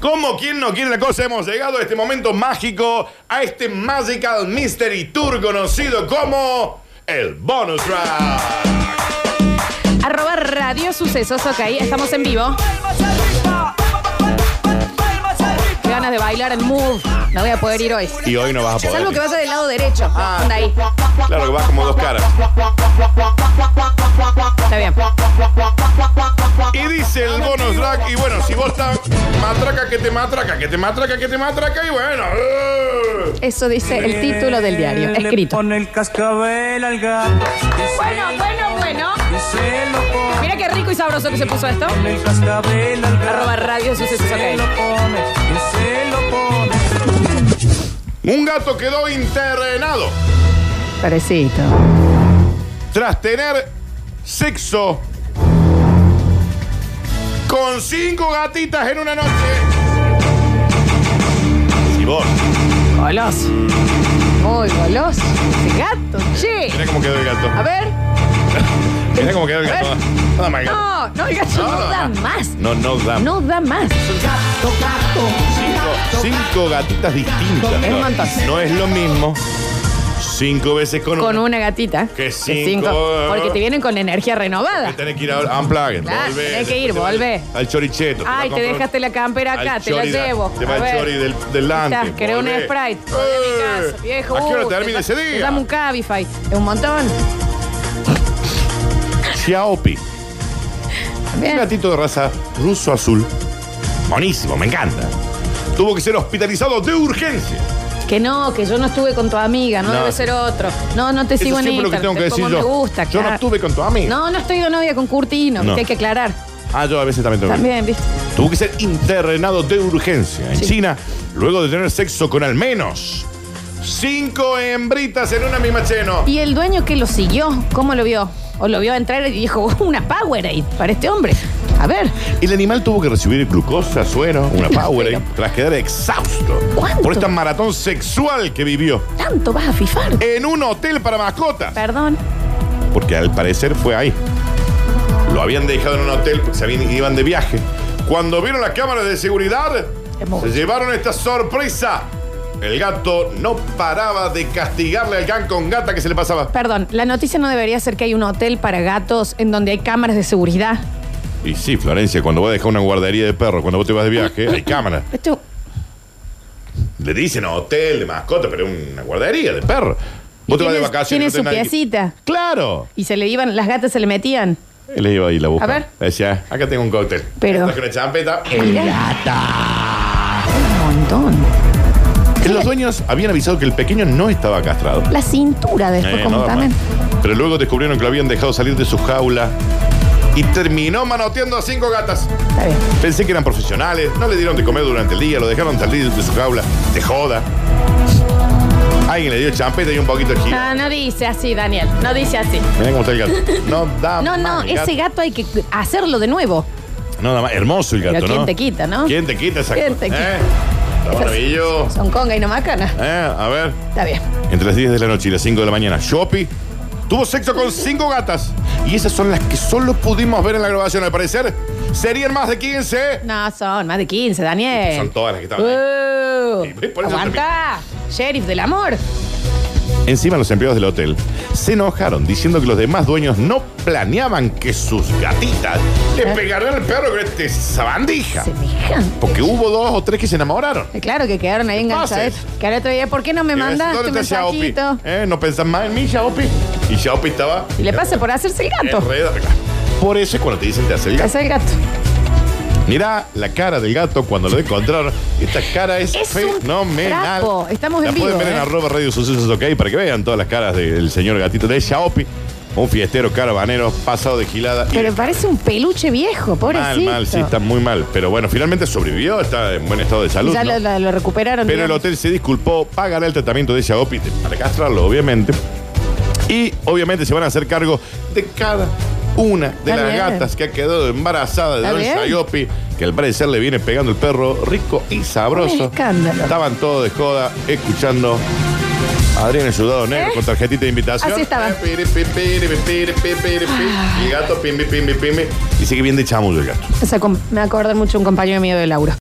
Como quien no quiere la cosa, hemos llegado a este momento mágico, a este Magical Mystery Tour conocido como el Bonus Round. Arroba Radio Sucesos, ok, estamos en vivo. Qué ganas de bailar el move. No voy a poder ir hoy. Y hoy no vas a poder. Salvo que vaya del lado derecho. Ah. Anda ahí. Claro que vas como dos caras. Está bien. Y dice el bonus track, y bueno, si vos estás matraca que te matraca, que te matraca, que te matraca, y bueno. ¡eh! Eso dice el título del diario, Le escrito. pone el cascabel al gato. que se Bueno, lo- bueno, bueno. que se lo pone. Mira qué rico y sabroso que se puso esto. Pone el cascabel al gato. Arroba Radio que Sucesos, se ok. lo pone, que se lo pone. Un gato quedó internado Parecito. tras tener sexo con cinco gatitas en una noche. Si vos, Goloso. Muy goloso. Ese gato, che. mirá cómo quedó el gato. A ver. Mirá cómo quedó el gato. Oh, Nada más. gato. No, no, el gato no da más. No, no da. No da más. Cinco, cinco gatitas distintas. Es un montón. No es lo mismo. Cinco veces con, Con una. una gatita. Que De cinco. Porque te vienen con energía renovada. Tenés que ir a Unplugged. Claro, volvé, tenés que ir, te vas volvé. Al choricheto. vas Ay, a te comprar- dejaste la campera al acá, te la chori da- llevo. Te va A el ver. chori del, del Estás, lante. querés un volvé. Sprite. volvé a ¡Eh! mi casa, viejo. ¿A qué hora Uh, termina te- ese te día? Dame un Cabify. Es un montón. Xiaopi. Un Bien. gatito de raza ruso azul. Buenísimo, me encanta. Tuvo que ser hospitalizado de urgencia. Que no, que yo no estuve con tu amiga, no, No. debe ser otro. No, no te Eso sigo en siempre es lo que Instagram. tengo que te decir pongo yo. me gusta, Yo no claro. estuve con tu amiga. No, no estoy de novia con Curtino, No. que hay que aclarar. Ah, yo a veces también tengo que- También, ¿viste? Tuvo que ser internado de urgencia en China luego de tener sexo con al menos cinco hembritas en una misma cheno. ¿Y el dueño que lo siguió? ¿Cómo lo vio? O lo vio entrar y dijo, una Powerade para este hombre. A ver, El animal tuvo que recibir glucosa, suero, una power pero- tras quedar exhausto ¿Cuánto? por esta maratón sexual que vivió ¿tanto vas a fifar? en un hotel para mascotas. Perdón. Porque al parecer fue ahí. Lo habían dejado en un hotel porque se habían- iban de viaje. Cuando vieron las cámaras de seguridad, Es mucho. se llevaron esta sorpresa. El gato no paraba de castigarle al can con gata que se le pasaba. Perdón, la noticia no debería ser que hay un hotel para gatos en donde hay cámaras de seguridad. Y sí, Florencia, cuando vos dejas una guardería de perro, cuando vos te vas de viaje, hay cámaras. Esto, Le dicen hotel de mascota, pero es una guardería de perro. Y Vos te vas de tiene- vacaciones. tiene no tenés su nadie que- piecita. Claro. y se le iban, las gatas se le metían. Él iba ahí la busca. A ver. Le Decía, acá tengo un cóctel. Pero- Traje una champeta. Un montón. Los dueños habían avisado que el pequeño no estaba castrado. La cintura después, Eh, como no da también. más. Pero luego descubrieron que lo habían dejado salir de su jaula y terminó manoteando a cinco gatas. Está bien. Pensé que eran profesionales, no le dieron de comer durante el día, lo dejaron salir de su jaula. Te joda. Alguien le dio champeta y un poquito de giro. No, no dice así, Daniel. No dice así. Mirá cómo está el gato. No da No, más no, el gato. ese gato hay que hacerlo de nuevo. No da más. Hermoso el gato, Pero ¿no? ¿quién te quita, no? ¿Quién te quita esa ¿Quién cosa? te quita? ¿Eh? Está maravilloso. Son conga y no macana. ¿Eh? A ver. Está bien. Entre las 10 de la noche y las 5 de la mañana, Shopi tuvo sexo con cinco gatas. Y esas son las que solo pudimos ver en la grabación. Al parecer, serían más de 15. No, son más de 15, Daniel. Son todas las que estaban ahí. Uh, Sí, por eso aguanta, sheriff del amor. Encima, los empleados del hotel se enojaron diciendo que los demás dueños no planeaban que sus gatitas le pegaran al perro con este sabandija. Semejante. Porque hubo dos o tres que se enamoraron. Claro que quedaron ahí enganchadas. pases? Que ahora te veía, ¿por qué no me Y me decís, mandaste un ¿Dónde está Xiaopi? mensajito? ¿Eh? ¿No pensás más en mí, Xiaopi? Y Xiaopi estaba Y le pasa por hacerse el gato. enredada. Por eso es cuando te dicen te hace el gato. Es el gato. Mirá la cara del gato cuando lo encontraron. Esta cara es, Es un fenomenal. trapo. Estamos la en pueden vivo, ver en ¿eh? arroba radio sucesos ok para que vean todas las caras del señor gatito de Xiaopi. Un fiestero caravanero pasado de gilada. Y Pero parece un peluche viejo, mal, pobrecito. mal, sí, está muy mal. Pero bueno, finalmente sobrevivió, está en buen estado de salud. ya ¿no? lo, lo- lo recuperaron. Pero el digamos. hotel se disculpó, pagará el tratamiento de Xiaopi de- para castrarlo, obviamente. Y obviamente se van a hacer cargo de cada una de Está las bien. gatas que ha quedado embarazada de Está Don bien. Xiaopi, que al parecer le viene pegando el perro rico y Un sabroso. escándalo. Estaban todos de joda escuchando. a Adrián Ayudado Negro ¿Eh? con tarjetita de invitación. Así estaban. Eh, piri, pi, piri, pi, piri, pi, piri, pi. Y el gato, pimbi, pimbi, pimbi. Y sigue bien de chamullo el gato. O sea, com- me acordan mucho un compañero mío de Laura.